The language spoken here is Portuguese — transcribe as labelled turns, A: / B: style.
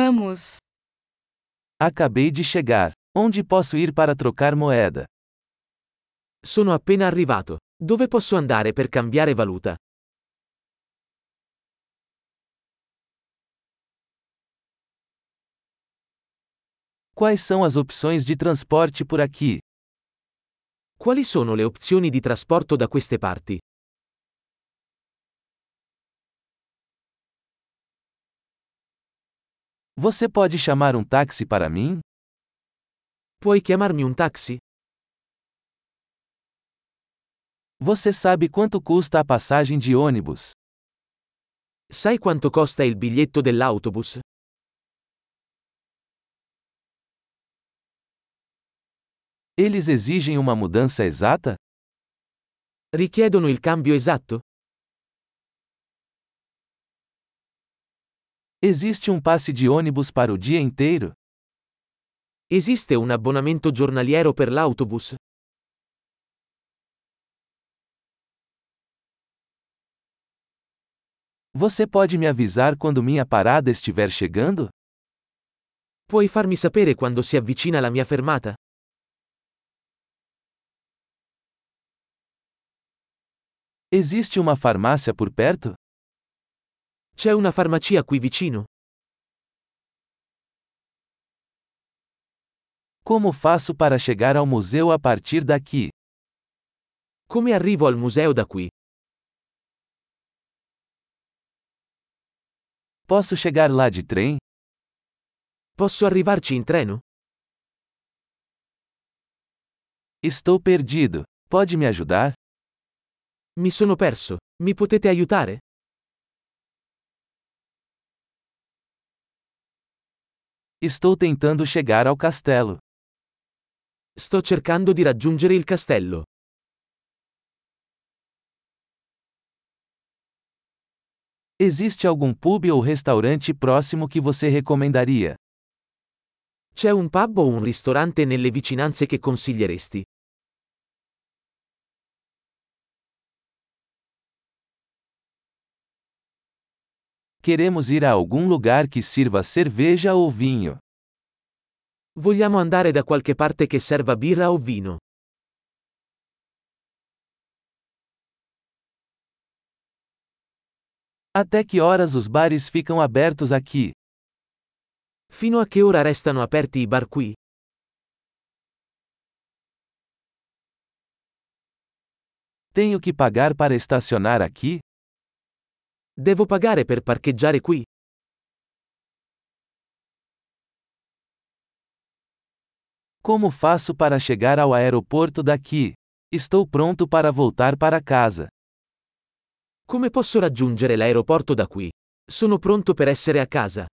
A: Vamos.
B: Acabei de chegar. Onde posso ir para trocar moeda?
C: Sono appena arrivato. Dove posso andare per cambiare valuta?
B: Quais são as opções de transporte por aqui?
C: Quali sono le opzioni di trasporto da queste parti?
B: Você pode chamar um táxi para mim?
C: Puoi chiamarmi un taxi?
B: Você sabe quanto custa a passagem de ônibus?
C: Sai quanto costa il biglietto dell'autobus?
B: Eles exigem uma mudança exata?
C: Richiedono il cambio esatto?
B: Existe um passe de ônibus para o dia inteiro?
C: Esiste un abbonamento giornaliero um per l'autobus?
B: Você pode me avisar quando minha parada estiver chegando?
C: Puoi farmi sapere quando si avvicina la mia fermata?
B: Existe uma farmácia por perto?
C: C'è una farmacia qui vicino?
B: Como faço para chegar ao museu a partir daqui?
C: Come arrivo al museo da qui?
B: Posso chegar lá de trem?
C: Posso arrivarci in treno?
B: Estou perdido. Pode me ajudar?
C: Mi sono perso. Mi potete aiutare?
B: Estou tentando chegar ao castelo.
C: Sto cercando di raggiungere il castello.
B: Existe algum pub ou restaurante próximo que você recomendaria?
C: C'è un pub o un ristorante nelle vicinanze che consiglieresti?
B: Queremos ir a algum lugar que sirva cerveja ou vinho.
C: Vogliamo andare da qualche parte che serva birra o vino.
B: Até que horas os bares ficam abertos aqui?
C: Fino a che ora restano aperti i bar qui?
B: Tenho que pagar para estacionar aqui?
C: Devo pagare per parcheggiare qui?
B: Como faço para chegar ao aeroporto daqui? Estou pronto para voltar para casa.
C: Come posso raggiungere l'aeroporto da qui? Sono pronto per essere a casa.